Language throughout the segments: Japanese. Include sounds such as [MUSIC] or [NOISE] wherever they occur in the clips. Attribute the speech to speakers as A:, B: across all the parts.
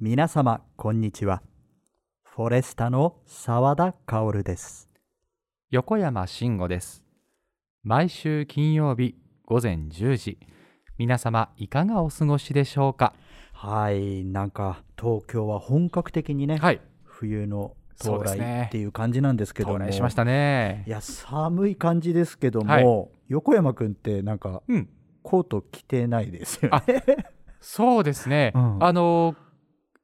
A: 皆様、こんにちは。フォレスタの澤田薫です。
B: 横山慎吾です。毎週金曜日午前10時、皆様いかがお過ごしでしょうか。
A: はい、なんか東京は本格的にね、
B: はい、
A: 冬の
B: そ
A: 到
B: うです
A: 来
B: ね
A: っていう感じなんですけども、
B: 到来しましたね
A: い。や、寒い感じですけども、
B: はい
A: 横山くんってなんか
B: うん、
A: コート着てないですよね。
B: そうですね。
A: うん
B: あの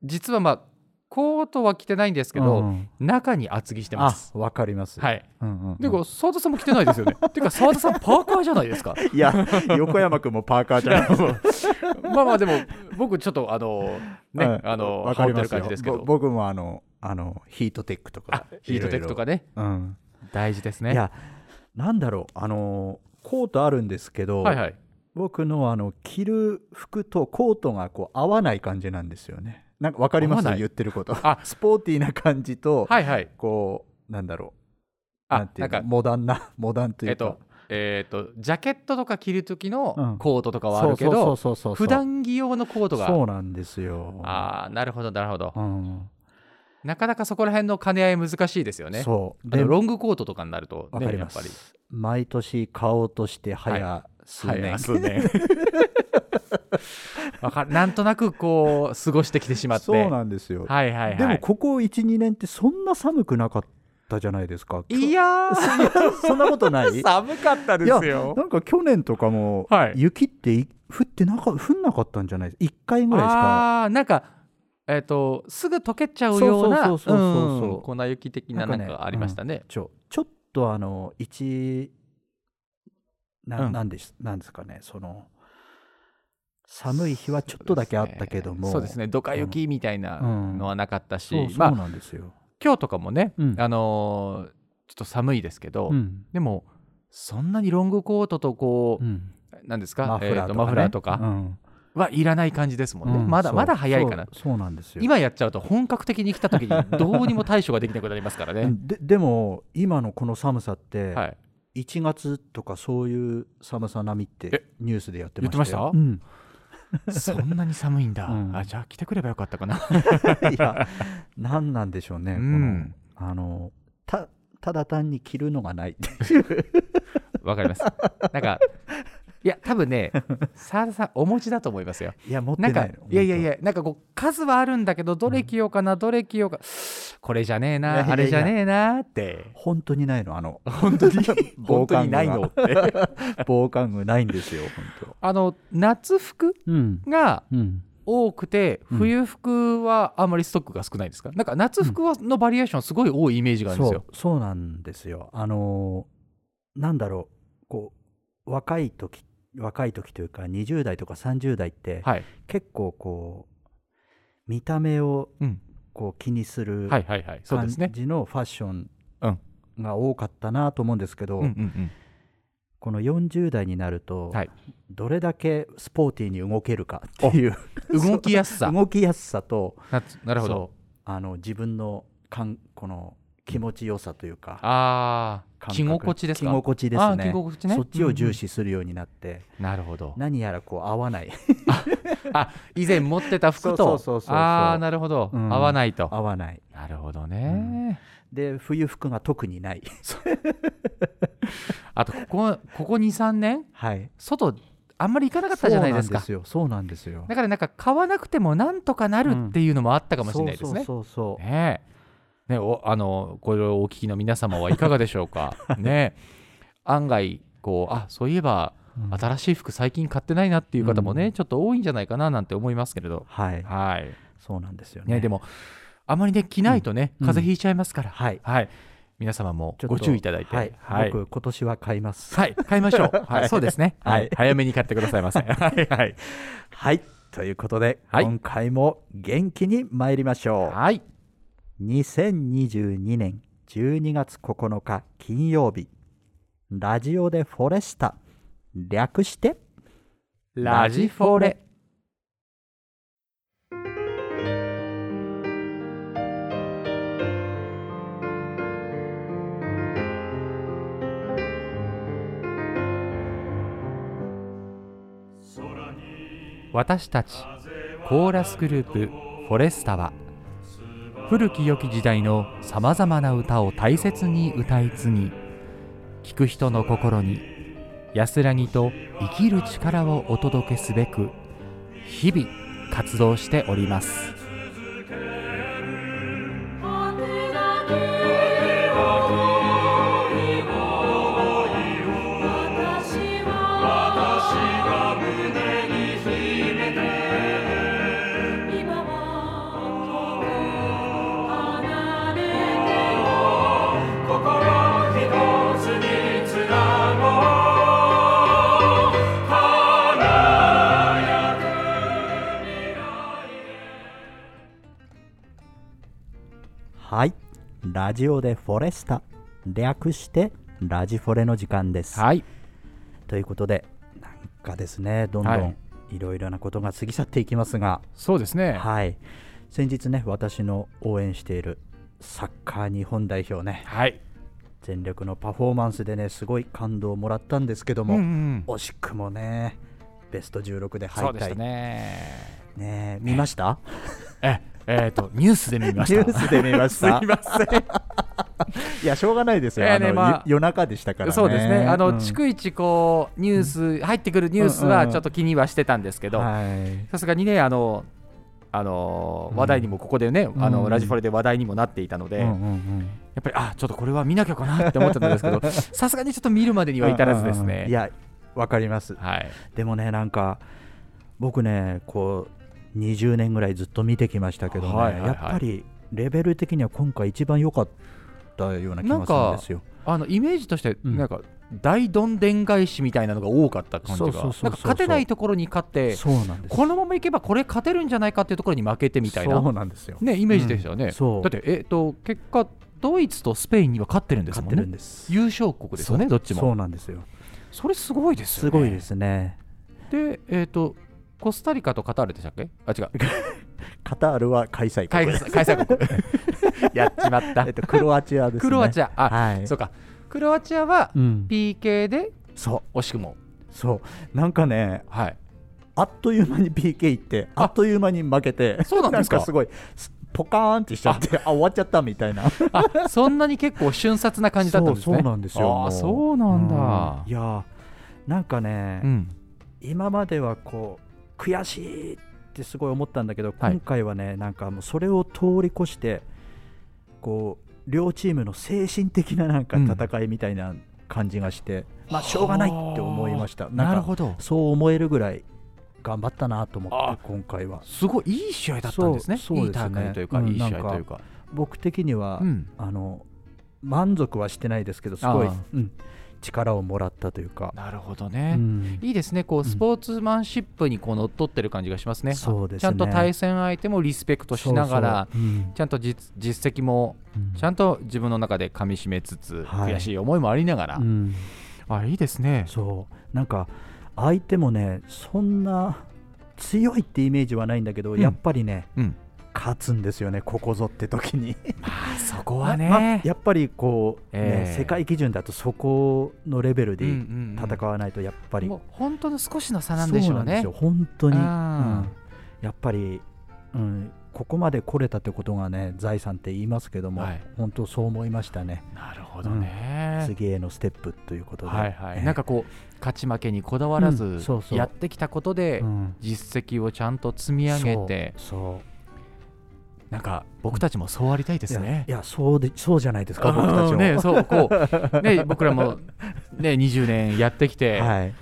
B: 実はまあコートは着てないんですけ
A: う
B: ど、
A: ん
B: 中に厚着してま
A: あ、
B: す。
A: わかります。
B: はい。
A: うんうんうん
B: でこう澤田さんも着てな
A: [LAUGHS]
B: いですよね。てか澤田さんパーカーじゃないですか。
A: いや、横山くんもパーカーじゃないですか。
B: まあまあでも僕ちょっとあの [LAUGHS]
A: う
B: ね、
A: ん
B: あの
A: わ
B: 羽
A: か
B: 織
A: りま
B: ってる
A: すよ
B: 感じですけど
A: ぼ。僕もあの、あの、ヒートテックと
B: あ
A: か。
B: ヒートテックとか
A: ね。
B: ね
A: うん。
B: 大事ですね。
A: いや、なんだろう、あのー、コートあるんですけど、
B: はいはい。
A: 僕のあの着る服とコートがこう合わない感じなんですよね。なんかわかりま
B: 合わ
A: す
B: ない
A: 言ってること。
B: あ
A: スポーティーな感じと、
B: はいはい。
A: こう、なんだろう、
B: あ
A: なんていう
B: な
A: の
B: んか
A: モダンな、 [LAUGHS] モダンとい
B: え
A: う
B: っ
A: か。
B: と、えっと、ジャケットとか着る時
A: うん
B: のコートとかはあるけど、
A: そうそうそうそうそう
B: 普段着用のコート
A: そ
B: が。
A: うなんですよ。
B: ああ、なるほど、なるほど
A: う。ん
B: なかなかそこら辺の兼ね合い難しいですよね。
A: そう。
B: あのロングコートとかになると、
A: わ
B: ね
A: かり
B: や
A: ま
B: っぱり。
A: す。毎年買おうとして早数年。 [LAUGHS]
B: はい数年 [LAUGHS] わかるなんとなくこう過ごしてきてしまっ
A: [LAUGHS]
B: て。
A: そうなんですよ。
B: はいはいはい。
A: でもここ12年ってそんな寒くなかったじゃないですか。
B: いやー、
A: そんなことない
B: [LAUGHS] 寒かったで
A: いや
B: すよ。
A: なんか去年とかも、
B: はい
A: 雪ってい降ってなか降んなかったんじゃないです1回ぐらいしか
B: ああーなんかえっ、とすぐ溶けちゃうような
A: そううそうそうそうそうん
B: 粉雪的な
A: な
B: なん
A: かね
B: んかありましたね。
A: ちょちょっとあの一な,、
B: うん
A: ん、なんですなんですかねその寒い日はちょっとだけあったけども
B: そうですねドカ雪みたいなのはなかったし、
A: そうそう
B: まあ
A: なんですよ、
B: 今日とかもね、
A: うん
B: あのーちょっと寒いですけど、
A: うん
B: でもそんなにロングコートとこう、
A: うん
B: なんですか
A: マフラーとか、ね
B: えーとマフラーと
A: う
B: か
A: ん
B: はいらない感じですもんね、
A: うん
B: まだ
A: そう
B: まだ早いかな
A: そうそうなんですよ
B: 今やっちゃうと本格的に来た時にどうにも対処ができなくなりますから
A: う
B: ね、
A: んででも今のこの寒さって、
B: はい、
A: 1月とかそういう寒さ並みってニュースでやってましたよ
B: 言
A: うん
B: そんなに寒いんだ、
A: うん
B: あじゃあ来てくればよかったかな
A: [LAUGHS] いや、何なんでしょうね、
B: うん
A: このあのたただ単に着るのがない [LAUGHS] って
B: わかります。なんか、いや、多分 [LAUGHS] ね、澤田さん、お持ちだと思いますよ。
A: いや、持って
B: なん
A: な
B: か、
A: い
B: い
A: の。
B: やいやいや、なんかこう、数はあるんだけど、どれ着ようかな、どれ着ようか、これじゃねえ
A: いやいやい
B: な、
A: や
B: あれじゃねえなって、
A: 本当に、本当にないの、あの、
B: 本当に、
A: [LAUGHS] 防
B: 本当
A: 寒
B: に
A: 具
B: ないの
A: が
B: っ、て。
A: [LAUGHS] 防寒具ないんですよ、本
B: あの、夏服
A: 当。うん。
B: が
A: うん。
B: 多くて、
A: うん
B: 冬服はあんまりストックが少ないですか。なんか、夏服はのバリエーション、すごい多いイメージがあるんで
A: そ
B: す
A: う
B: よ。、
A: そうなんですよ。あのーなんだろう、こう、若い時、若い時というか、20代とか30代って、
B: はい。
A: 結構こう、見た目を
B: うん。
A: こう気にする
B: はいはいはい。そう
A: 感
B: ですね。
A: じのファッション
B: うん
A: が多かったなと思うんですけど、
B: うんうんうん。
A: この40代になると、
B: はい
A: どれだけスポーティーに動けるかっていう
B: 動きやすさ。
A: 動きやすさと
B: 夏なるほど。
A: そうあの自分のかんこの気持ちよさというか
B: ああ、
A: 感覚
B: 着心地ですか
A: 着心地です
B: あー
A: ね
B: 着心地ね
A: そっちを重視するようになって、
B: なるほど。
A: 何やらこう合わない
B: [LAUGHS] あ、以前持ってた
A: [LAUGHS]
B: 服
A: そう
B: と
A: そうそうそう、そう
B: ああ、なるほど。
A: うん
B: 合わないと。
A: 合わない
B: なるほどね。
A: で冬服が特にない
B: [LAUGHS] あと、ここ、ここ2、3年、
A: はい
B: 外、あんまり行かなかったじゃないですか。
A: そうなんですよそうなんですよ
B: だから、なんか、買わなくてもなんとかなるっていうのもあったかもしれないですね。
A: そうそうそうそう
B: ねえねおあの、これをお聞きの皆様はいかがでしょ
A: [LAUGHS]
B: うか。ねえ案外、こう、あ、そういえば、
A: うん
B: 新しい服最近買ってないなっていう方もね、
A: うん
B: ちょっと多いんじゃないかななんて思いますけれど。
A: はい
B: はい。
A: そうなんですよね
B: ね、でも、あまりね、着ないとね、
A: うん
B: 風邪ひいちゃいますから、
A: はい
B: 皆様も
A: ちょっと
B: ご注意いただいて、
A: はい、
B: はい、
A: 僕今年は買います
B: はい買いましょ
A: [LAUGHS]
B: う、はい、そうですね、
A: はい
B: はい、早めに買ってくださ
A: [LAUGHS]
B: いませ。はい、はい、
A: はい。ということで、
B: はい
A: 今回も元気に参りましょ
B: はい、
A: う。2022年12月9日金曜日、ラジオでフォレスタ、略して、
B: ラジフォレ。私たちコーラスグループフフォレスタは古き良き時代のさまざまな歌を大切に歌い継ぎ聴く人の心に安らぎと生きる力をお届けすべく日々活動しております
C: 今は離れ
D: 心ひとつにつなごう花や
A: はい。ラジオでフォレスタ。略して、ラジフォレの時間です。
B: はい
A: ということで、なんかですね、どんど
B: は
A: んいろいろなことが過ぎ去っていきますが、
B: そうですね
A: はい。先日ね、私の応援しているサッカー日本代表ね、
B: はい
A: 全力のパフォーマンスでね、すごい感動をもらったんですけど
B: うん
A: も、
B: うんうん
A: 惜しくもね、ベスト16で敗退。
B: そうでしたね
A: ねえ見ました
B: ええーとニュースで見ました
A: ニュースで見まし
B: [LAUGHS]
A: た
B: すいません
A: いや、しょうがないですよ。
B: いや
A: あの
B: ねまあ
A: よ夜中でしたからね。
B: そうですね、あの、
A: うん
B: 逐一こうニュース、入ってくるニュース
A: うんうん
B: は
A: うん
B: ちょっと気にはしてたんですけど、
A: はい。
B: さすがにね、あの、あのー
A: うん
B: 話題にもここでね、あ
A: う
B: の
A: ん
B: ラジフォレで話題にもなっていたので、
A: うんう
B: やっ
A: んうん
B: ぱり、あちょっとこれは見なきゃかなって思ってたんですけ
A: [LAUGHS]
B: ど、さすがにちょっと見るまでには至らずです
A: うんうんう
B: ね
A: ん。いや、わかります。
B: はい、
A: でもね、なんか、僕ね、こう、20年ぐらいずっと見てきましたけどね、
B: はいはいはい
A: やっぱりレベル的には今回一番良かったような気がするんですよ。
B: あのイメージとして、
A: うん
B: なんか、大どんでん返しみたいなのが多かった感じが、
A: そうそうそうそう
B: なんか勝てないところに勝って、
A: そうなんです。
B: このままいけばこれ勝てるんじゃないかっていうところに負けてみたいな
A: そう、なんですよ。
B: ね、イメージでしたよね。
A: うんそう
B: だって、えっと結果、ドイツとスペインには勝ってるんです
A: 勝
B: も
A: って
B: んね
A: るん。です。
B: 優勝国ですよね、どっち
A: そう
B: も。
A: なんですよ。
B: それすごいですよ
A: す
B: ね。
A: ごいで。すね。
B: で、えっ、と、コスタリカとカタールでしたっけあ、
A: [LAUGHS]
B: 違う。
A: カタールは開催
B: 開
A: 国です。
B: 開
A: [LAUGHS]
B: 催国。やっちまった
A: えっ。と、クロアチアですね。
B: クロアチア。あ、
A: はい。
B: そうか。クロアチアは
A: うん、
B: PK で
A: そう
B: 惜しくも。
A: そうなんかね
B: はい。
A: あっという間に PK 行って
B: あ
A: あっという間に負けて
B: そうなんですか
A: なんかすごいすポカーンってしちゃってあ終わっちゃったみたいな
B: あ、そんなに結構瞬殺な感じだったんです
A: そ
B: ね。
A: うそうなんですよ
B: あ
A: も
B: ー、そうなんだ
A: うんい。やーなんかね、
B: うん。
A: 今まではこう悔しいってすごい思ったんだけど、
B: はい
A: 今回はねなんかもうそれを通り越してこう両チームの精神的ななんか
B: うん
A: 戦いみたいな感じがして、まあしょうがないって思いました
B: なる
A: ど
B: ほど。
A: そう思えるぐらい頑張ったなと思
B: あ
A: って今回は
B: すごいいい試合だったんですね。
A: そうそうですね
B: いい大会というか、
A: うん
B: いい試合というか。
A: 僕的には、
B: うん。
A: あの満足はしてないですけどすごい
B: ああ、
A: うん力をもらったというか、
B: なるほど
A: う
B: ね。
A: ん
B: いいですね、こう
A: うん
B: スポーツマンシップにこう乗っ取ってる感じがしますね、
A: そうですね
B: ちゃんと対戦相手もリスペクトしながら、
A: そうそううん
B: ちゃんと実実績も
A: うん
B: ちゃんと自分の中でかみしめつつ、
A: はい
B: 悔しい思いもありながら、
A: うん
B: あいいですね、
A: そうなんか相手もねそんな強いってイメージはないんだけど、
B: うん
A: やっぱりね
B: うん、
A: 勝つんですよねここぞって時
B: [LAUGHS]
A: に
B: まあそこは
A: まあ
B: ね、
A: やっぱりこう、ね
B: ええ
A: 世界基準だとそこのレベルで
B: うんうんうん
A: 戦わないとやっぱり、
B: もう本当の少しの差なんでし
A: そ
B: ょう
A: うなんで
B: ね
A: すよ。本当に、う
B: あー
A: んやっぱり、うん、ここまで来れたってことがね財産って言いますけども、
B: はい
A: 本当そう思いましたね、
B: なるほどね、
A: 次へのステップということで、
B: はいはい、
A: ええ
B: なんかこう、勝ち負けにこだわらず、
A: うんそうそう
B: やってきたことで、
A: うん
B: 実績をちゃんと積み上げて、
A: そう
B: なんか僕たちもそうありたいです
A: そういや
B: ね
A: い。やそうでそうじゃないですか僕たち
B: う
A: も、
B: んね、そうこ
A: [LAUGHS]
B: う、ね、 [LAUGHS] 僕らも、ね、20年やってきて、
A: はい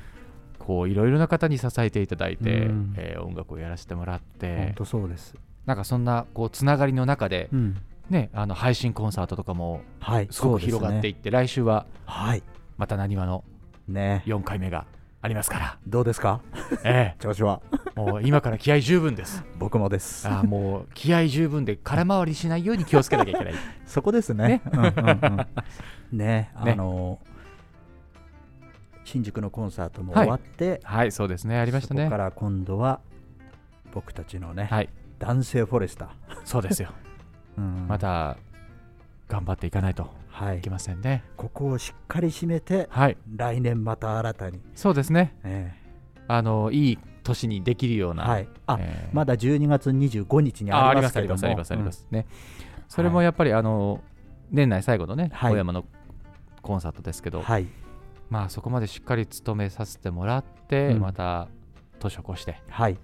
B: こういろいろな方に支えていただいて、
A: うん
B: えー音楽をやらせてもらっ
A: 本
B: て
A: 当そうです、
B: なんかそんなこうつながりの中で、
A: うん
B: ね、あの配信コンサートとかも
A: はい
B: すごく広がってい
A: い
B: って、来週は
A: はい
B: またなにわの
A: ね
B: 4回目がありますか、
A: どうですから
B: え
A: 調子は
B: えもう今から気合十分です
A: 僕もです
B: あーもう気合十分で空回りしないように気をつけなきゃいけない
A: そこですね。
B: ね
A: うんうんうんね、あの新宿のコンサートも終わって、
B: はいそうですねありました
A: そ
B: ね
A: こから今度は僕たちのね、
B: はい
A: 男性フォレスタ、
B: そうです [LAUGHS] よ
A: うん
B: また頑張っていかないと
A: はい
B: いけ、ませんね
A: ここをしっかり締めて、
B: はい
A: 来年また新たに、
B: そうですね
A: え
B: あのいい年にできるような、
A: はい、あ、
B: えー
A: まだ12月25日に
B: あ
A: あ
B: あ
A: り
B: り
A: ま
B: ますす
A: け
B: あ
A: れ
B: り
A: ど
B: ま
A: も、
B: すありますありますす、ねそれもやっぱりあの年内最後のね、
A: はい
B: 小山のコンサートですけど、
A: はい、
B: まあそこまでしっかり務めさせてもらって、
A: うん
B: また年を越して
A: はい、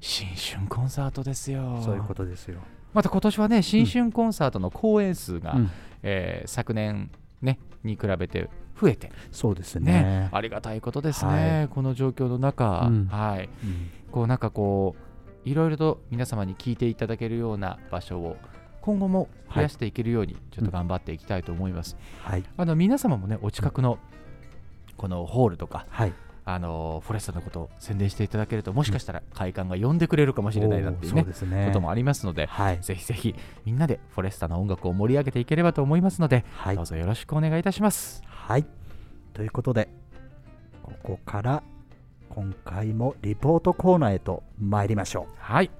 B: 新春コンサートですよ
A: そういうことですよ。
B: また今年はね新春コンサートの公演数が、
A: うん
B: えー昨年ねに比べて増えて
A: そうです
B: ね
A: ね。
B: ありがたいことですね、
A: は
B: この状況の中、
A: うん
B: はい
A: うん
B: こうなんかこういろいろと皆様に聞いていただけるような場所を今後も増やしていけるようにちょっと頑張っていきたいと思います、
A: はい、
B: あの皆様もねお近くのこのホールとか
A: はい、
B: あのフォレスタのことを宣伝していただけるともしかしたら会館が呼んでくれるかもしれないなっていうね
A: おーそうですね。
B: こともありますので、
A: はい、
B: ぜひぜひみんなでフォレスタの音楽を盛り上げていければと思いますので、
A: はい
B: どう、ぞよろしくお願いいたします。
A: はい、ということで、ここから今回もリポートコーナーへと参りましょ
B: はい、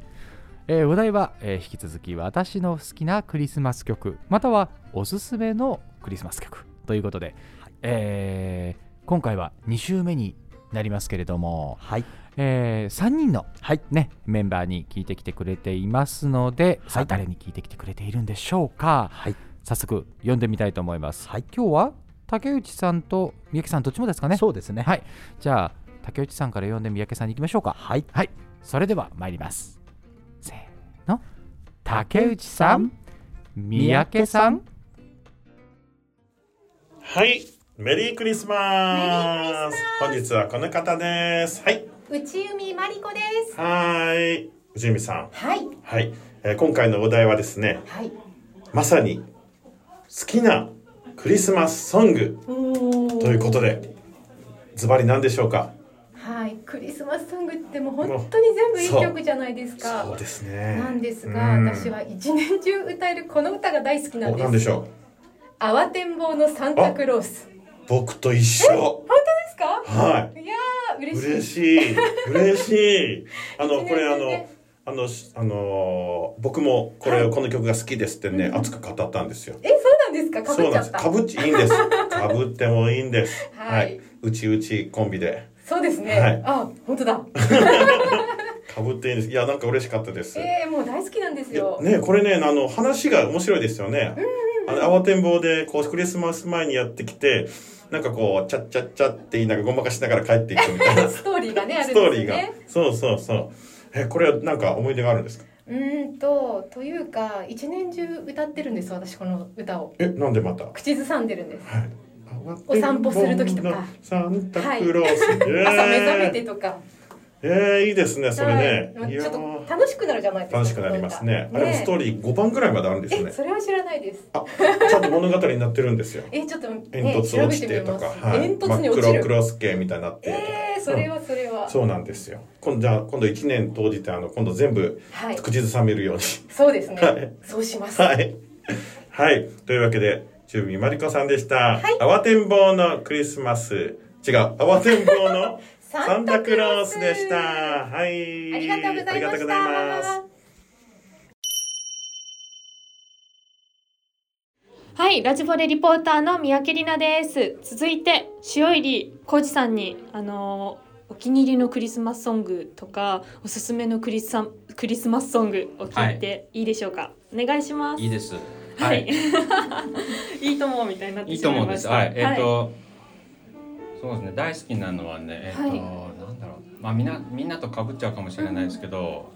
B: えーお題は、えー引き続き私の好きなクリスマス曲またはおすすめのクリスマス曲ということで、えー今回は2週目になりますけれども
A: う。、はい、
B: え3人の、ね、メンバーに聞いてきてくれていますので、さあ
A: はい
B: 誰に聞いてきてくれているんでしょうか、
A: はい
B: 早速読んでみたいと思います、
A: はい
B: 今日は竹内さんと三宅さんどっちもですかね
A: そうですね。
B: はいじゃあ竹内さんから読んで三宅さんに行きましょうか
A: はい、
B: はいそれでは参りますせーの竹内さん三宅さん
E: はい、メリークリスマス。本日はこの方です。はい、
F: 内海まりこです。
E: はーい、ジミさん。
F: はい。
E: はい、えー今回のお題はですね、
F: はい。
E: まさに好きなクリスマスソングということで、ズバリ何でしょうか。
F: はい。クリスマスソングってもう本当に全部いい曲じゃないですか。
E: そうですね。
F: なんですが、
E: うん
F: 私は一年中歌えるこの歌が大好きなん
E: お、
F: で
E: な
F: す。
E: んでしょ
F: 慌てんぼうのサンタクロース。で
E: う。僕と一緒。
F: すか？
E: はい。
F: いやー嬉し
E: 嬉
F: い。
E: しい嬉しいあの
F: 一年
E: これあ
F: 分
E: の
F: ね
E: あのしあのー僕もこれ、
F: はい
E: この曲が好きですってね、熱く語ったんですよ
F: え、そうなんですか？かぶ
E: そうなん
F: っちゃ
E: で
F: っ
E: す
F: た。
E: かぶっちいいんですかぶってもいいんです
F: は
E: はいい、うちうちコンビで
F: そうですね。
E: はい
F: あ、本
E: [LAUGHS]
F: 当だ。
E: かぶっていいんですいやなんか嬉しかったです、
F: えー、もう大好きなんです
E: いや
F: よ。
E: ねこれねあの話が面白いですよね、あの慌てんぼうでこうクリスマス前にやってきてなんかこうチャッチャッチャって言いながらごまかしながら帰っていくみ
F: [LAUGHS]
E: たいな
F: ストーリーがねあるん
E: [LAUGHS] ス
F: です
E: トー
F: よ
E: リーが
F: ね。
E: そうそうそうえこれはなんか思い出があるんですか
F: うーんとというか一年中歌ってるんです私この歌を
E: えなんでまた
F: 口ずさんでるんです。
E: お
F: お散歩する時とか
E: サンタクロー [LAUGHS] ス、えー
F: 朝目覚めてとか。
E: えー、いいですねそれね、
F: はい
E: い
F: ち
E: や
F: ょっ
E: ー
F: と楽しくなるじゃないですか。
E: 楽しくなりますねあれもストー
F: リ
E: リー5番ぐらいまであるんですよ
F: え、
E: ね
F: それは知らないです。
E: あちゃんと物語になってるんですよ
F: え、ちょっと、
E: 煙
F: ね、
E: 突
F: 調
E: 落
F: べ
E: ち
F: て
E: て
F: み
E: と
F: ま
E: か、
F: す。
E: はい
F: 煙突に落ち
E: 真っ黒ク
F: る。
E: ロス系みたいになってるとか、
F: えー、それはそれは。
E: そうなんですよ今度じゃあ今度1年通じてあの今度全部
F: はい。
E: 口ずさめるように
F: [LAUGHS] そうですね。
E: はい
F: そうします。
E: はいはいというわけで中美まりこさんでした、
F: はい
E: 慌てんぼうのクリスマス違う慌てんぼうの
F: [LAUGHS] サ
E: サ
F: ン
E: ン
F: タ
E: タ
F: ク
E: ク
F: ロ
E: ロ
F: ー
E: ー
F: ス
E: スでした。はい。
F: ありがとうございま
E: ありがとうご
F: し
E: ざいます
F: た。。
G: はい、ラジフォレリポーターの三宅里奈です。続いて塩入浩二さんにあのーお気に入りのクリスマスソングとかおすすめのクリスさんクリスマスソングを聞いていいでしょうか。お願いします。
H: いいです。
G: は
H: はいい。
G: いい [LAUGHS] と思うみたいになって
H: いい
G: し
H: と
G: ま
H: 思
G: いうま
H: で
G: し
H: す。
G: た。
H: はい。えっ、と、そうですね。大好きなのはね、えっ、と、
G: はい
H: なんだろう。まあみんなみんなと被っちゃうかもしれないですけど、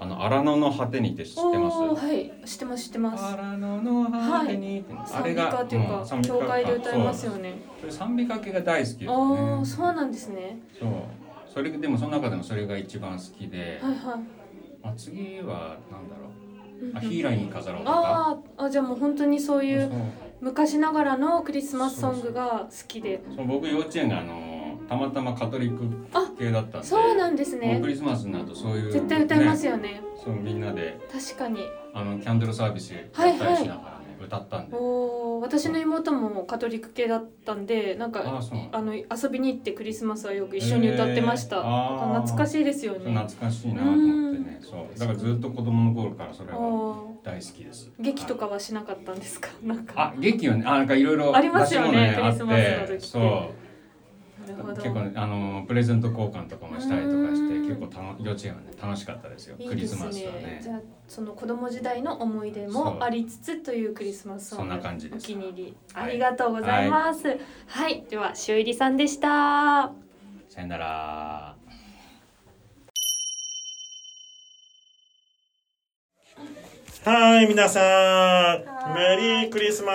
H: あの荒野の果てにって知ってます。
G: おーはい、知ってます知ってます。
H: 荒野の果てにって、
G: 賛美歌っていうか、
H: 賛美歌
G: 教会で歌いますよね。
H: そうそれ賛美歌系が大好きですね。
G: ああー、そうなんですね。
H: そう。それでもその中でもそれが一番好きで、
G: はいは
H: まあ次はなんだろう。あ、
G: い。
H: ヒーラに飾ろうとか。
G: あーあ、じゃあもう本当にそういう
H: そう
G: 昔ながらのクリスマスソングが好きで
H: そう僕幼稚園があのたまたまカトリック系だったんで
G: そうなんです
H: もう
G: ね
H: クリスマスになるとそういう
G: 絶対歌います
H: ね
G: よね
H: そうみんなで
G: 確かに
H: あのキャンドルサービスやったりしながらね、歌ったんで
G: おー私の妹もカトリック系だったんでなん
H: あ
G: か
H: あそうなんだ
G: あの遊びに行ってクリスマスはよく一緒に歌ってました、
H: へーあー
G: なんか懐かしいですよ
H: そう
G: ね
H: 懐かしいなと思ってねそうだからずっと子供の頃からそれは
G: おー
H: 大好きです
G: 劇とかはしなかったんですかなんか
H: あ劇よねあなんかいろいろ
G: ありますよね
H: 出し
G: ク
H: 物
G: リスマスの時って
H: そう
G: るほど
H: 結構ねあのプレゼント交換とかもしたりとかして結構たの幼稚園はね楽しかったですよ
G: いい
H: ク
G: で
H: リス
G: す
H: マスは
G: ね
H: ね。
G: じゃあその子供時代の思い出もありつつというクリスマスソング
H: そんな感じです
G: お気に入り
H: は
G: あ
H: い
G: りがとうございます。はい、では塩入りさんでした。
H: さよなら
E: はい、皆さん、メリークリスマス。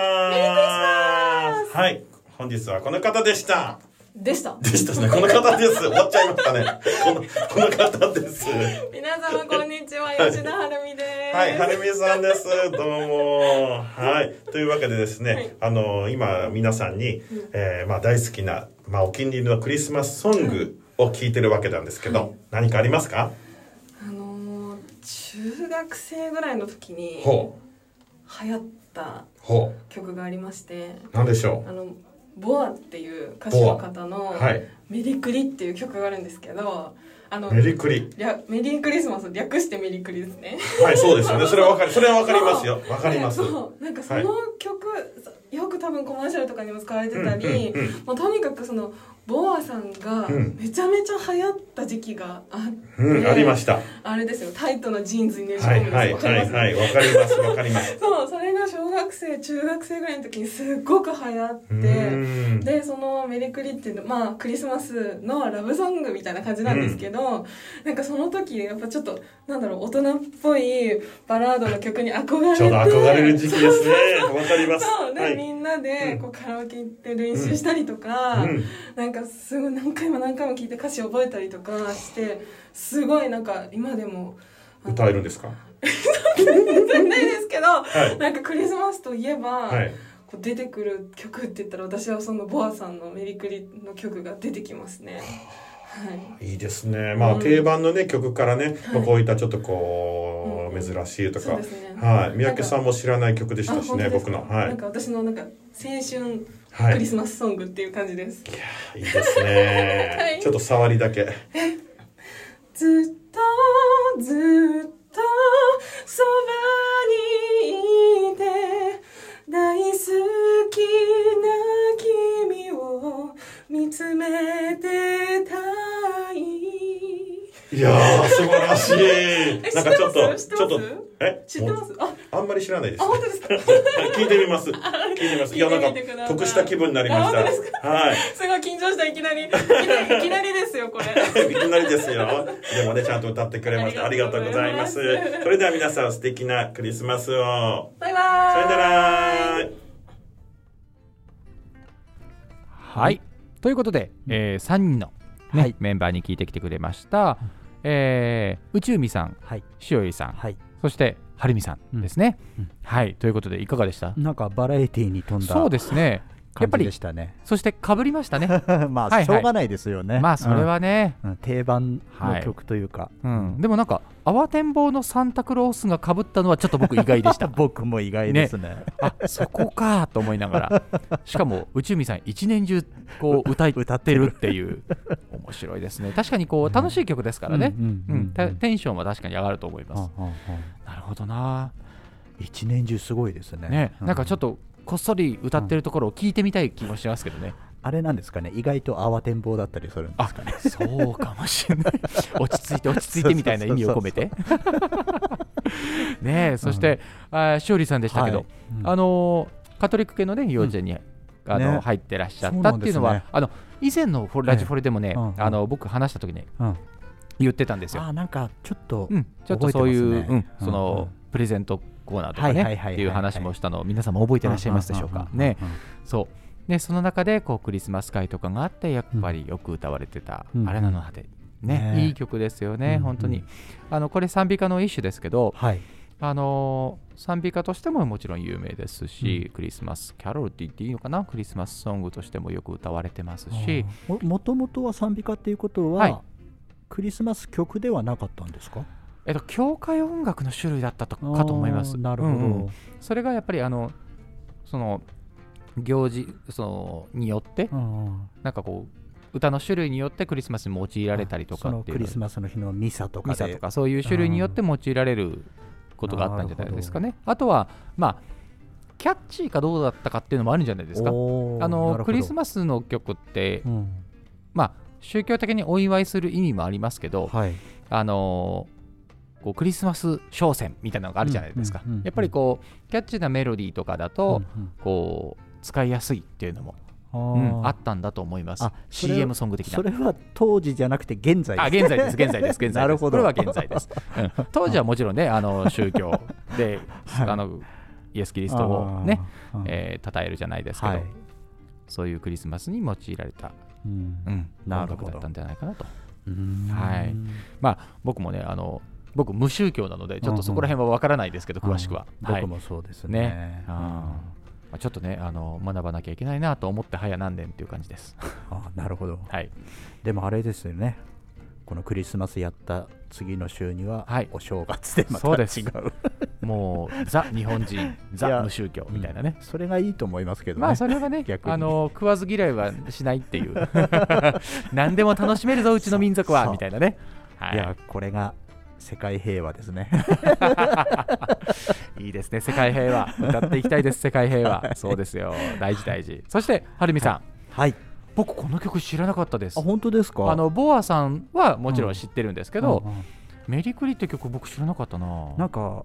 E: はい、本日はこの方でした。
G: でした。
E: でした [LAUGHS] ね、この方です。終わっちゃいましたね。この、この方です。は
G: 皆様こんにちは
E: 吉
G: 田はるみで
E: い、はるみさんです。どうも。はい、というわけでですね、あの、今、皆さんに、えーまあ、大好きな、まあ、お気に入りのクリスマスソングを聞いてるわけなんですけど、何かありますか
I: あのー中学生ぐらいの時に
E: ほ
I: 流行った
E: う、ほ
I: 曲がありまして
E: う、なんでしょ
I: あのボアっていう歌手の方
E: う。
I: の
E: はい、
I: 「メリクリ」っていう曲があるんですけどあの
E: メリークリ。
I: りゃメリークリスマス略してメリークリですね。
E: はい、そうですよね。それはわかる。それはわかりますよ。わかります。
I: そうなんかその曲、よく多分コマーシャルとかにも使われてたり、
E: うんうんうん
I: もうとにかくそのボアさんが
E: うん
I: めちゃめちゃ流行った時期があって、
E: うん、ありました。
I: あれですよタイトなジーンズにねじ
E: は
I: 込むん
E: い
I: です
E: はい
I: わかり
E: は
I: ま
E: い
I: す
E: はい、わかりますわかります。
I: そうそれが小学生中学生ぐらいの時にすっごく流行っ [LAUGHS]
E: う
I: て
E: ーん
I: でその「メリクリ」っていうのまあクリスマスのラブソングみたいな感じなんですけど、なんかその時やっぱちょっとなんだろう大人っぽいバラードの曲に憧れて
E: ちょうど憧れる時期ですね。わかります。
I: そうで、
E: はい。
I: みんなでこうカラオケ行って練習したりとか、
E: うん、
I: なんかすごい何回も何回も聞いて歌詞覚えたりとかしてすごいなんか今でも [LAUGHS] あの
E: 歌えるんですか。
I: 全然ないですけど、
E: は
I: [LAUGHS]
E: い
I: なんかクリスマスといえば、
E: はい。
I: こう出てくる曲って言ったら私はそのボアさんの「メリクリ」の曲が出てきますね。はい
E: いいですね。まあ、
I: うん
E: 定番のね、曲からね、まあ、こういったちょっとこう、
I: うん
E: 珍しいと
I: そうで。
E: か
I: すね
E: はい、三宅さんも知らない曲でし
I: あ
E: たし
I: 本当
E: ね、
I: ですか
E: 僕の。は
I: なん
E: い。
I: か私のなんか青春
E: は
I: ク
E: い。
I: リ
E: い
I: スマスソングっていう感じです。
E: いですね、
I: [LAUGHS] はい
E: ちょっと触りだけ。
I: ずっとずっとそばにいて大好きな君を見つめてたい
E: いやー、素晴らしい。なんかちょっと、
I: 知ってます知ってます
E: ちょっと、え
I: 知ってますあ
E: あんまり知らないです
I: あ。本当ですか
E: はい [LAUGHS] 聞いてみます。聞いてみます。いや、なん
I: 聞いてみてくだ
E: か、
I: さい
E: 得した気分になりまし
I: あ
E: た。
I: 本当
E: はい。
I: すごい緊張したいきなりいきなりいきなりですよこれ
E: いきなりですよ。でもね、ちゃんと歌ってくれました。あ
I: あ
E: り
I: り
E: が
I: が
E: と
I: と
E: う
I: う
E: ご
I: ご
E: ざ
I: ざ
E: い
I: い
E: ま
I: ますす。
E: それでは皆さん、素敵なクリスマスを。
I: バイバ
E: さ
I: ーイ
E: よなら。
B: はい。ということで、え3人の、ね
A: はい
B: メンバーに聞いてきてくれました、えー、宇宙美さん、
A: はい
B: しおりさん、
A: はい
B: そしてはるみさんですね、
A: うんうん
B: はい。ということで、いかがでした
A: なんかバラエティーに富んだ
B: そうですね。や
A: 感
B: っぱ
A: じ
B: り
A: で、したね
B: そしてかぶりましたね。
A: [LAUGHS] ま
B: いは
A: あ
B: い
A: しょうがないですよね
B: [LAUGHS] まあ、それはね、
A: うん、うん定番の曲というか、。
B: うんでもなんか、慌てんぼうのサンタクロースがかぶったのは、ちょっと僕、意外でした
A: 僕も意外ですね
B: あそこかと思いながら、しかも宇宙美さん、一年中こう歌い
A: 歌
B: 歌
A: っ
B: ってて
A: る
B: るっていう、面白いですね。確かにこう楽しい曲ですからね、
A: うん
B: う
A: うんうん
B: んたテンションは確かに上がると思います。
A: うんうんうん
B: なるほどな、
A: 一年中すごいですね
B: ね、なんかちょっ
A: と
B: とこっそり歌ってるところを聞いてみたい気もしますけどね。
A: あれなんですかね意外と慌てんぼうだったりするんですかね
B: そうかもしれない
A: [LAUGHS]
B: 落ち着いて落ち着いてみたいな意味を込めてねえそして、あーしおりさんでしたけど、
A: はいうん
B: あのーカトリック系のね幼稚園に、あの
A: ね
B: 入ってらっしゃ
A: そ
B: っ
A: う
B: た
A: な
B: っ
A: ん
B: て
A: で
B: いう
A: すね
B: のは、あの以前のフォラジフォレでもね、
A: うんうん
B: あの僕話した時ね
A: うんあ
B: 言ってたんですよ、
A: ーなんかちょっと、
B: うん、ちょっとそういう、
A: 覚えてますね
B: うんその、
A: うんうん
B: プレゼントコーナーとかね、
A: はいはいはいはいはい
B: っていう話もしたのを皆さんも覚えてらっしゃいますでしょうか、
A: うん
B: ねそうねその中でこうクリスマス会とかがあってやっぱりよく歌われてた「
A: うん
B: あれなの果て」ね
A: ね
B: いい曲ですよね、
A: うん
B: 本当
A: う
B: に
A: ん
B: あのこれ賛美歌の一種ですけど、
A: はい
B: あのー賛美歌としてももちろん有名ですし、クリスマスキャロルって言っていいのかなクリスマスソングとしてもよく歌われてますし
A: ももともとは賛美歌っていうことは、
B: はい
A: クリスマス曲ではなかったんですか
B: えっと教会音楽の種類だったとかと思いま
A: あ
B: す
A: ーなるほど、
B: うんうんそれがやっぱりあのその行事そのによって
A: うんうん
B: なんかこう歌の種類によってクリスマスに用いられたりとか
A: そ
B: っ
A: の
B: ていう
A: ク
B: の
A: リスマスの日のミサとか
B: ミ
A: で
B: サとかそういう種類によって用いられることがあったんじゃないですかね。あとはまあキャッチーかどうだったかっていうのもあるんじゃないですか。あのクリス
A: マ
B: マスの曲って
A: ス、うん
B: まあ、宗教的にお祝いする意味もありますけど、
A: はい。
B: あのーこうクリスマス商戦みたいなのがあるじゃないですか、
A: うんうんうんうん
B: やっぱりこうキャッチーなメロディーとかだと、こう使いやすいっていうのも、
A: うん
B: うんあ
A: あ
B: ったんだと思います
A: あそれ
B: CM ソング的な
A: それは当時じゃなくて現在
B: あ現在です現
A: [LAUGHS]
B: 在です現在です
A: なるほど
B: これは現在です、うん当時はもちろんねあの宗教で、あのイエス・キリストをね、
A: あー、
B: えー、称えるじゃないですけど、
A: はい、
B: そういうクリスマスに用いられた、
A: うん
B: うん、
A: なる
B: 音
A: ほど
B: 楽だったんじゃないかなと
A: うん
B: はいまあ僕もねあの僕無宗教なのでちょっとそこら辺はわからないですけど、詳しくは、
A: うん
B: はい
A: 僕もそうです
B: ね
A: ね
B: あーまあちょっとねあの学ばなきゃいけないなと思って早何年っていう感じです、
A: あなるほど
B: はい、
A: でもあれですよねこのクリスマスやった次の週には、
B: はい
A: お正月でまた
B: そうです
A: 違う [LAUGHS]
B: もうザ日本人
A: い
B: ザ
A: や
B: 無宗教みたいなね、
A: それがいいと思いますけどね、
B: まあそれはね
A: 逆に
B: あの食わず嫌いはしないっていう [LAUGHS] 何でも楽しめるぞうちの民族
A: そ
B: は
A: う
B: みたいなねはい
A: やこれが世界平和ですね
B: いいですね、世界平
A: [LAUGHS]
B: 和。歌っていきたいです、世界平和。そうですよ、大事、大事。そして、はるみさん、 [LAUGHS]
A: はい
B: 僕、この曲知らなかったです
A: あ。本当ですか
B: あのボアさんはもちろん知ってるんですけど、
A: うんうん
B: メリクリって曲、僕知らなかったな。
A: なんか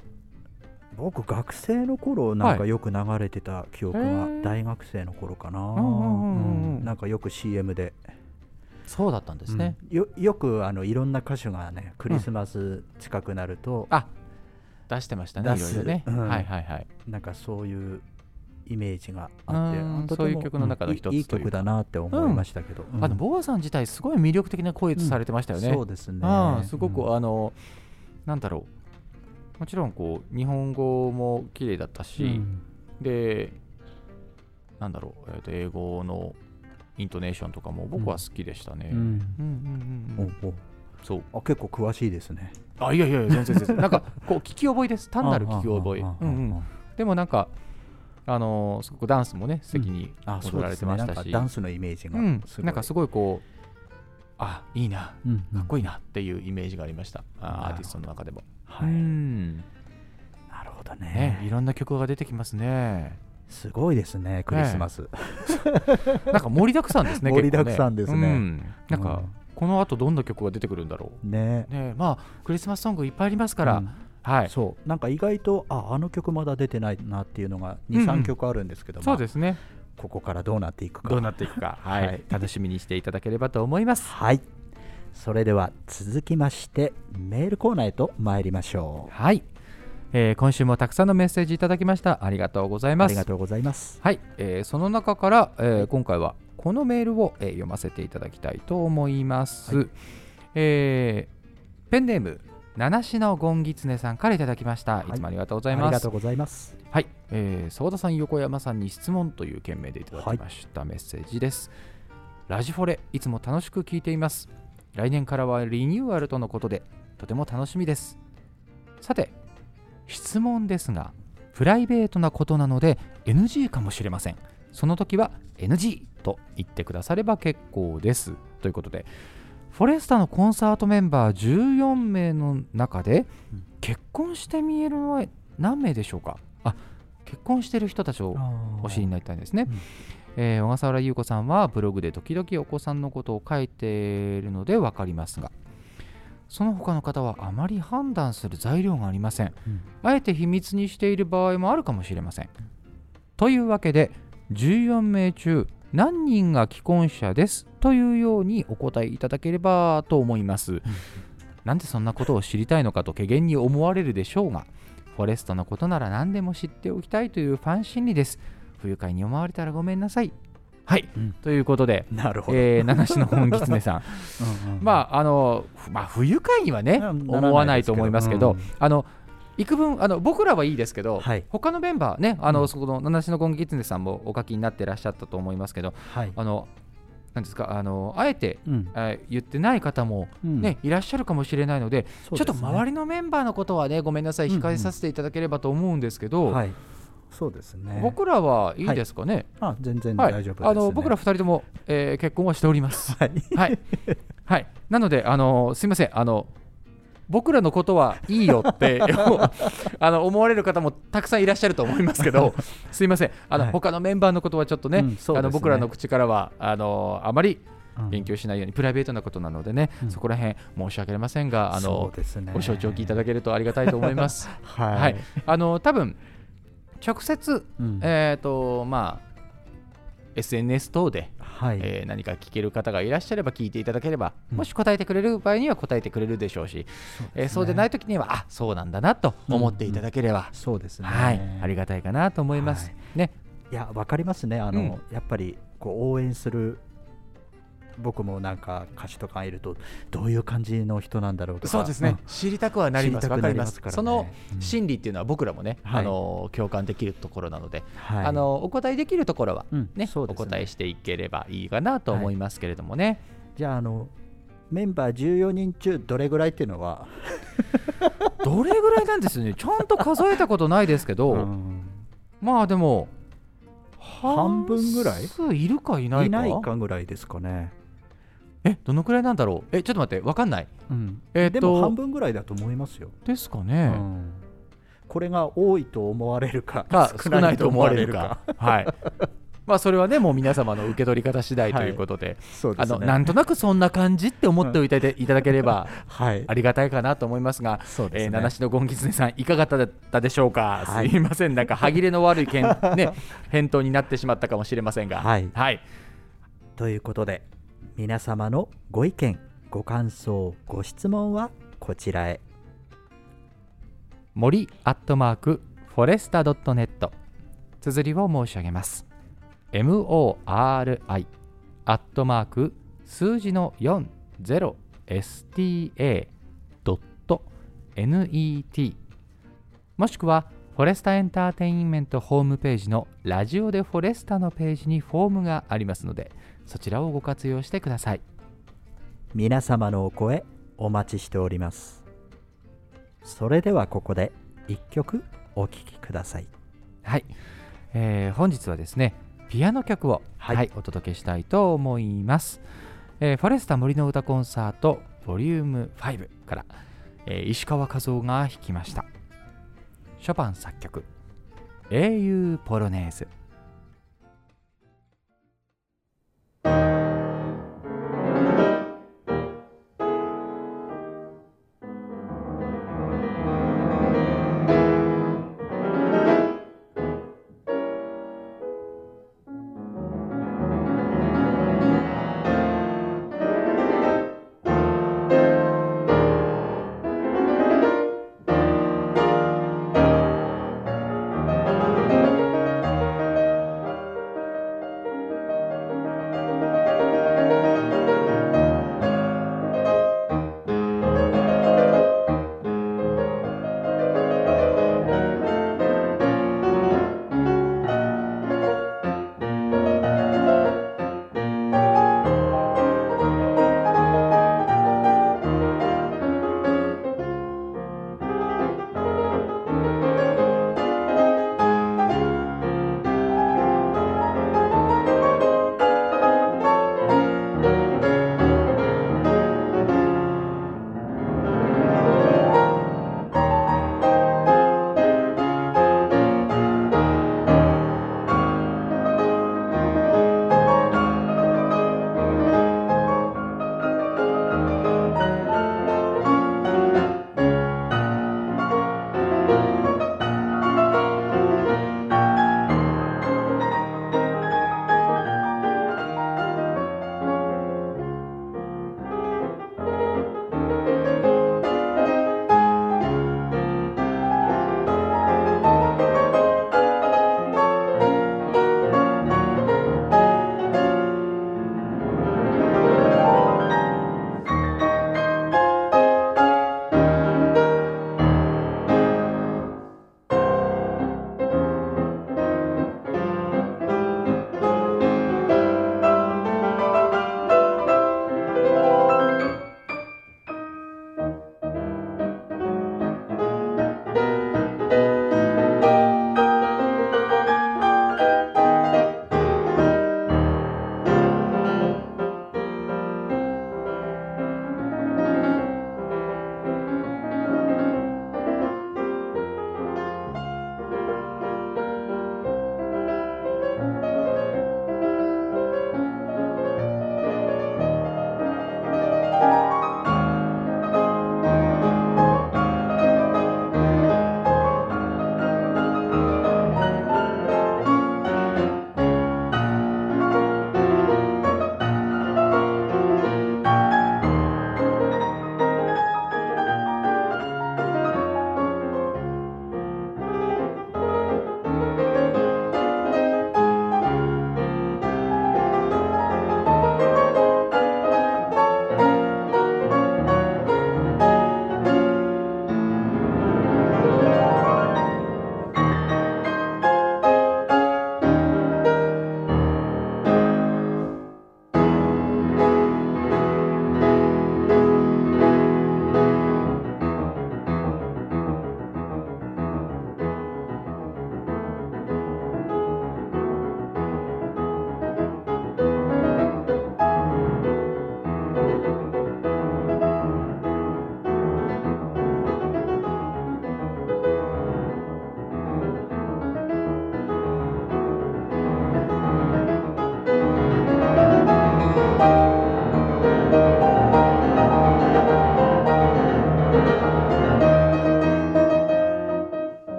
A: 僕学生の頃なんか
B: は
A: よく流れてた記憶
B: へ
A: が
B: ー
A: 大学生の頃かな、
B: んうんうんうん
A: うんなんかよく CM で
B: そうだったんですね。
A: うんよよくあのいろんな歌手がねクリスマス近くなると、
B: あ出してましたね、
A: 出
B: いろ
A: す
B: いろね、
A: うん
B: はいはいはい。
A: なんかそういうイメージがあって
B: うん
A: とても
B: そういう曲の中の一つ
A: うんいいいい
B: というか
A: 曲だなって思いましたけど、うん
B: あのボアさん自体、すごい魅力的な声されてましたよね。
A: そうですね
B: ああすごく、
A: うん
B: あのなんだろうもちろんこう日本語も綺麗だったし、
A: うん
B: でなんだろう、えーと英語のイントネーションとかも僕は好きでしたね。
A: う
B: うん
A: ん
B: う
A: お
B: んうんう
A: うんおう
B: そう
A: あ結構詳しいですね
B: あいやいやいや全然
A: [LAUGHS]
B: 全然なんかこう聞き覚えです単なる聞き覚え
A: ああああああ
B: うんうんでもなんかあのーすごくダンスもね素敵に
A: あそ
B: 踊
A: う
B: ら
A: で
B: れ
A: す
B: て
A: ね
B: まし
A: なん
B: た
A: か
B: し
A: ダンスのイメージが
B: うん
A: すごい
B: なんかすごいこうあいいな
A: うんうん
B: かっこいいなっていうイメージがありました、あーアーティストの中でも、
A: は
B: う
A: い
B: ん
A: なるほど
B: ねい
A: ね
B: ろんな曲が出てきますね [LAUGHS]
A: すごいですねクリスマス
B: なんか盛りだくさんですね
A: [LAUGHS] 盛り
B: 結構
A: だくさんですね
B: うんなんか、
A: うん
B: この後どんな曲が出てくるんだろ
A: ね
B: うねまあクリスマスソングいっぱいありますから、
A: うん
B: はいそ
A: そうなんか意外とああの曲まだ出てないなっていうのが
B: うんう
A: 23
B: ん、
A: 三曲あるんですけど
B: う
A: も
B: ですね
A: ここからどうなっていくか
B: どうなっていく
A: [LAUGHS]
B: か、はい
A: はい
B: 楽しみにしていただければと思います
A: はいそれでは続きましてメールコーナーへと参りましょう
B: はい、えー今週もたくさんのメッセージいただきましたありがとうござい
A: あ
B: ま
A: り
B: す
A: がとうございます
B: はい、えーその中から、えー今回はこのメールを、えー読ませていただきたいと思います、えーペンネーム七種のゴンギツネさんからいただきました、
A: い
B: い、つもありがとうござ
A: あ
B: い
A: り
B: ま
A: が
B: す
A: とうございます
B: はい、えー、澤田さん横山さんに質問という件名でいただきましたメッセージです、ラジフォレいつも楽しく聞いています来年からはリニューアルとのことでとても楽しみですさて質問ですがプライベートなことなので NG かもしれませんその時は NG と言ってくだされば結構ですということでフォレスタのコンサートメンバー14名の中で
A: うん
B: 結婚して見えるのは何名でしょうかあ結婚してる人たちをお知りになりたいんですね
A: うん、
B: えー小笠原優子さんはブログで時々お子さんのことを書いているので分かりますがその他の方はあまり判断する材料がありません、
A: うん
B: あえて秘密にしている場合もあるかもしれませんというわけで14名中何人が既婚者ですというようにお答えいただければと思いますなんでそんなことを知りたいのかと怪減に思われるでしょうがフォレストのことなら何でも知っておきたいというファン心理です不愉快に思われたらごめんなさいはい、
A: うん
B: ということで、
A: なるほど、
B: えー、七種の本狐さん
A: [LAUGHS] うんうん
B: まああのふまあ、不愉快にはね、
A: うんならないですけど
B: 思わないと思いますけど、
A: うん
B: あの幾分あの僕らはいいですけど、
A: はい
B: 他のメンバーね、あの
A: うん
B: そこの七種のゴンギツネさんもお書きになってらっしゃったと思いますけど、
A: はい
B: あのなんですかあのあえて、
A: うん
B: えー言ってない方も、
A: うん
B: ねいらっしゃるかもしれないので、
A: そうですね
B: ちょっと周りのメンバーのことはね、ごめんなさい、
A: うんうん
B: 控えさせていただければと思うんですけど、
A: はいそうですね
B: 僕らはいいですかね。
A: あ全然
B: は
A: 大
B: い、
A: 丈夫です、ね
B: あの僕ら二人とも、えー結婚はしておりま
A: [LAUGHS]
B: す。[LAUGHS]
A: はい
B: はい、はい、なので、あのすみません、あの僕らのことはいいよって
A: [LAUGHS]
B: あの思われる方もたくさんいらっしゃると思いますけ
A: [LAUGHS]
B: ど、すみません、あの、
A: はい
B: 他のメンバーのことはちょっとね、
A: うんそうですね
B: あの僕らの口からはあのあまり勉強しないようにプライベートなことなのでね、
A: うん
B: そこら辺申し訳ありませんがあ
A: そ
B: の
A: う、ですね
B: ご承知おきいただけるとありがたいと思います。
A: [LAUGHS] はい、
B: はい、あの多分直接、
A: うん
B: えーとまあ、SNS 等で、
A: はい、
B: えー何か聞ける方がいらっしゃれば聞いていただければ、
A: うん
B: もし答えてくれる場合には答えてくれるでしょうし、
A: そうです
B: え
A: ね
B: ーそうでない時にはあそうなんだなと思っていただければ、
A: そうですね
B: はい、ありがたいかなと思います。
A: は
B: ね、
A: いやわかりますねあの、やっぱりこう応援する僕もなんか歌手とかいるとどういう感じの人なんだろうとか
B: そうですね、知りたくはなります、
A: 知りた
B: わ
A: くな
B: かり
A: り
B: ま
A: ます
B: す、
A: からね
B: その
A: うん
B: 心理っていうのは僕らもね、
A: はい
B: あの共感できるところなので、
A: うんはい、
B: あのお答えできるところは、
A: うん
B: ね
A: そう
B: お
A: ですね
B: 答えしていければいいかなと思いますけれどもね、
A: じゃああのメンバー14人中どれぐらいっていうのは、
B: どれぐらいなんですよね、ちゃんと数えたことないですけど、
A: うん
B: まあでも、
A: 半分ぐらい
B: 半数いるかいないい
A: な
B: か
A: いかぐらいですかね、
B: え、どのくらいなんだろう、え、ちょっと待って、わかんない。
A: うん
B: えーっ
A: でも
B: と
A: 半、分ぐらいだと思いますよ、
B: ですか
A: う
B: ね。
A: んこれが多いと思われるか
B: が少ないと思われるか。はい。まあそれはねもう皆様の受け取り方次第ということで、
A: [LAUGHS] そうで
B: あ
A: すね
B: のなんとなくそんな感じって思っておいていただければ
A: はい
B: ありがたいかなと思いますが、
A: そうですね
B: えー七種のゴンギツネさんいかがだったでしょうか。
A: はい
B: すいませんなんか歯切れの悪いけんね返答になってしまったかもしれませんが、
A: はい
B: はい、
A: ということで皆様のご意見ご感想ご質問はこちらへ
B: 森アットマークフォレスタドットネット綴りを申し上げます MORI アットマーク数字の 40sta.net もしくはフォレスタエンターテインメントホームページのラジオでフォレスタのページにフォームがありますのでそちらをご活用してください
A: 皆様のお声お待ちしておりますそれではここで一曲お聴きください
B: はい、えー本日はですねピアノ曲を、
A: は
B: はいいお届けしたいと思います、えーフォレスタ森の歌コンサートボリューム5から、えー石川和夫が弾きましたショパン作曲「英雄ポロネーズ」
C: 「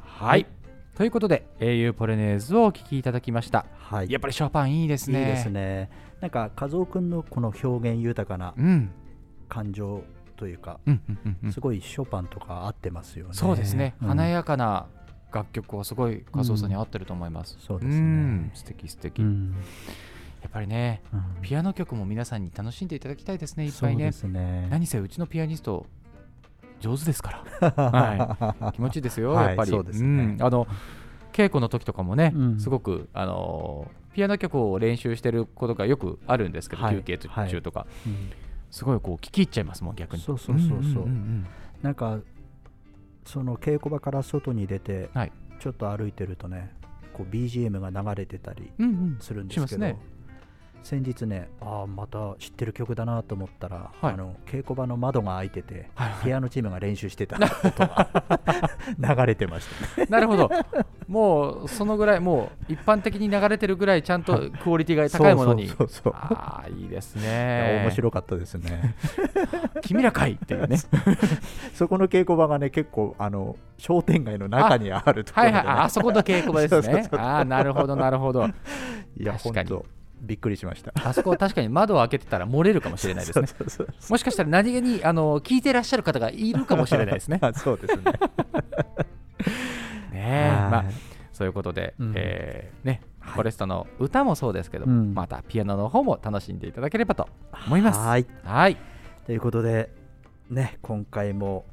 B: はいということで英雄ポレネーズをお聴きいただきました
A: はい。
B: やっぱりショパンいいですね
A: いいですね。なんか、和夫君のこの表現豊かな
B: うん
A: 感情というか、
B: うんうんうんうん
A: すごいショパンとか合ってますよね。
B: そうですね、
A: うん
B: 華やかな楽曲はすごい和夫さんに合ってると思います、
A: うんそうですね
B: ん素敵素敵、
A: うん
B: やっぱりね
A: うん
B: ピアノ曲も皆さんに楽しんでいただきたいですねいっ
A: そ
B: ぱいうね
A: ですね。
B: 何せうちのピアニスト上手で
A: [LAUGHS]
B: すからはい気持ちいいですよ、
A: はい
B: やっぱり
A: そうですね
B: んあの稽古の時とかもね、
A: うん
B: すごくあのーピアノ曲を練習してることがよくあるんですけど、
A: はい
B: 休憩途中とか、
A: うん
B: すごいこう聞き入っちゃいますもん逆に
A: そうそうそうそうん
B: ん
A: なんかその稽古場から外に出て、
B: はい
A: ちょっと歩いてるとねこう BGM が流れてたり
B: うんうんうんうん
A: するんですけ
B: し
A: ど
B: ますね
A: 先日ねああまた知ってる曲だなと思ったら、
B: はい
A: あの稽古場の窓が開いてて、
B: はいはい
A: ピアノチームが練習してた音が [LAUGHS] 流れてましたね
B: なるほどもうそのぐらいもう一般的に流れてるぐらいちゃんとクオリティが高いものに
A: そうそうそうそう
B: ああいいです
A: いや
B: ね
A: 面白かったですね
B: 君らかいっていうね
A: そこの稽古場がね結構あの商店街の中にあるところで、
B: はい
A: ね
B: はいああそこの稽古場ですね
A: そうそうそう
B: ああなるほどなるほど
A: いや
B: 確
A: 本
B: かに
A: 当びっくりしました
B: あそこは確かに窓を開けてたら漏れるかもしれないですね
A: そうそうそう
B: もしかしたら何気にあの聞いてらっしゃる方がいるかもしれない
A: [LAUGHS]
B: ですね
A: あそうですね
B: ねえ
A: はい
B: まあそういうことで、
A: うん
B: えーねフォレストの歌もそうですけど、
A: うん
B: またピアノの方も楽しんでいただければと思います
A: はい
B: はい
A: ということでね今回も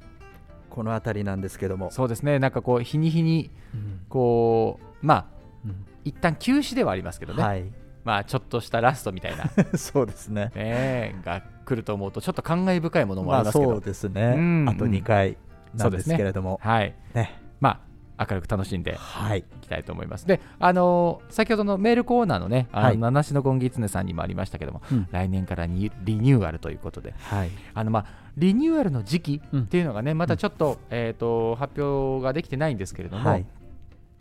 A: この辺りなんですけども、
B: そうですねなんかこう日に日に
A: うん
B: こうまあ
A: うん
B: 一旦休止ではありますけどね、
A: はい
B: まあちょっとしたラストみたいなね
A: [LAUGHS] そうですね
B: えが来ると思うとちょっと感慨深いものもあ
A: ま
B: りま
A: あ
B: すけど、
A: そうですね、
B: うん
A: あと2回なんですけれども、
B: はい
A: ね
B: まあ明るく楽しんで
A: はい
B: いきたいと思いますであのー先ほどのメールコーナーのねあの、
A: はい
B: 七種のゴンギツネさんにもありましたけども、
A: うん
B: 来年からにリニューアルということで
A: はい
B: あのまあリニューアルの時期っていうのがね、またちょっと,、えー、と発表ができてないんですけれども、
A: はい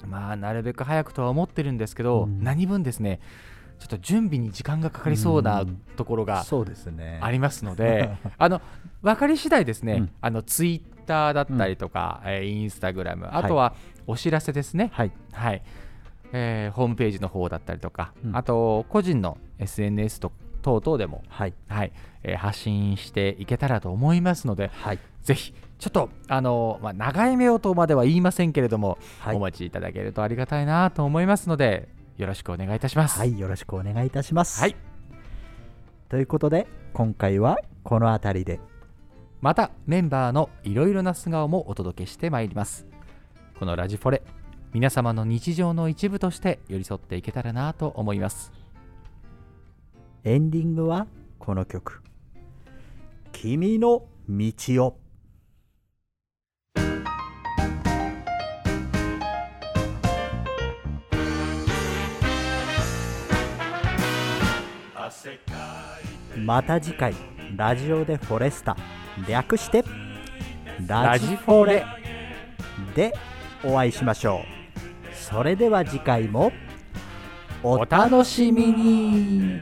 B: まあなるべく早くとは思ってるんですけど、
A: うん
B: 何分ですねちょっと準備に時間がかかりそうな
A: うん
B: ところが
A: そうですね
B: あります
A: [LAUGHS]
B: ので、あの分かり次第ですね、
A: うん
B: あのツイッターだったりとか、えーインスタグラム
A: い
B: あとはお知らせですね、
A: はい
B: はいえーホームページの方だったりとか、
A: うん
B: あと個人の SNS と等々でも
A: はい
B: はいえー発信していけたらと思いますので、
A: はい
B: ぜひちょっと、あのまあ、長い目をとまでは言いませんけれども、
A: はい
B: お待ちいただけるとありがたいなと思いますので、よろしくお願いいたします。
A: はいよろしくお願いいたします、
B: はい、
A: ということで今回はこの辺りで
B: またメンバーのいろいろな素顔もお届けしてまいります。このラジフォレ、皆様の日常の一部として寄り添っていけたらなと思います。
A: エンディングはこの曲「君の道を」また次回ラジオでフォレスタ略してラジフォレでお会いしましょうそれでは次回もお
B: お楽しみに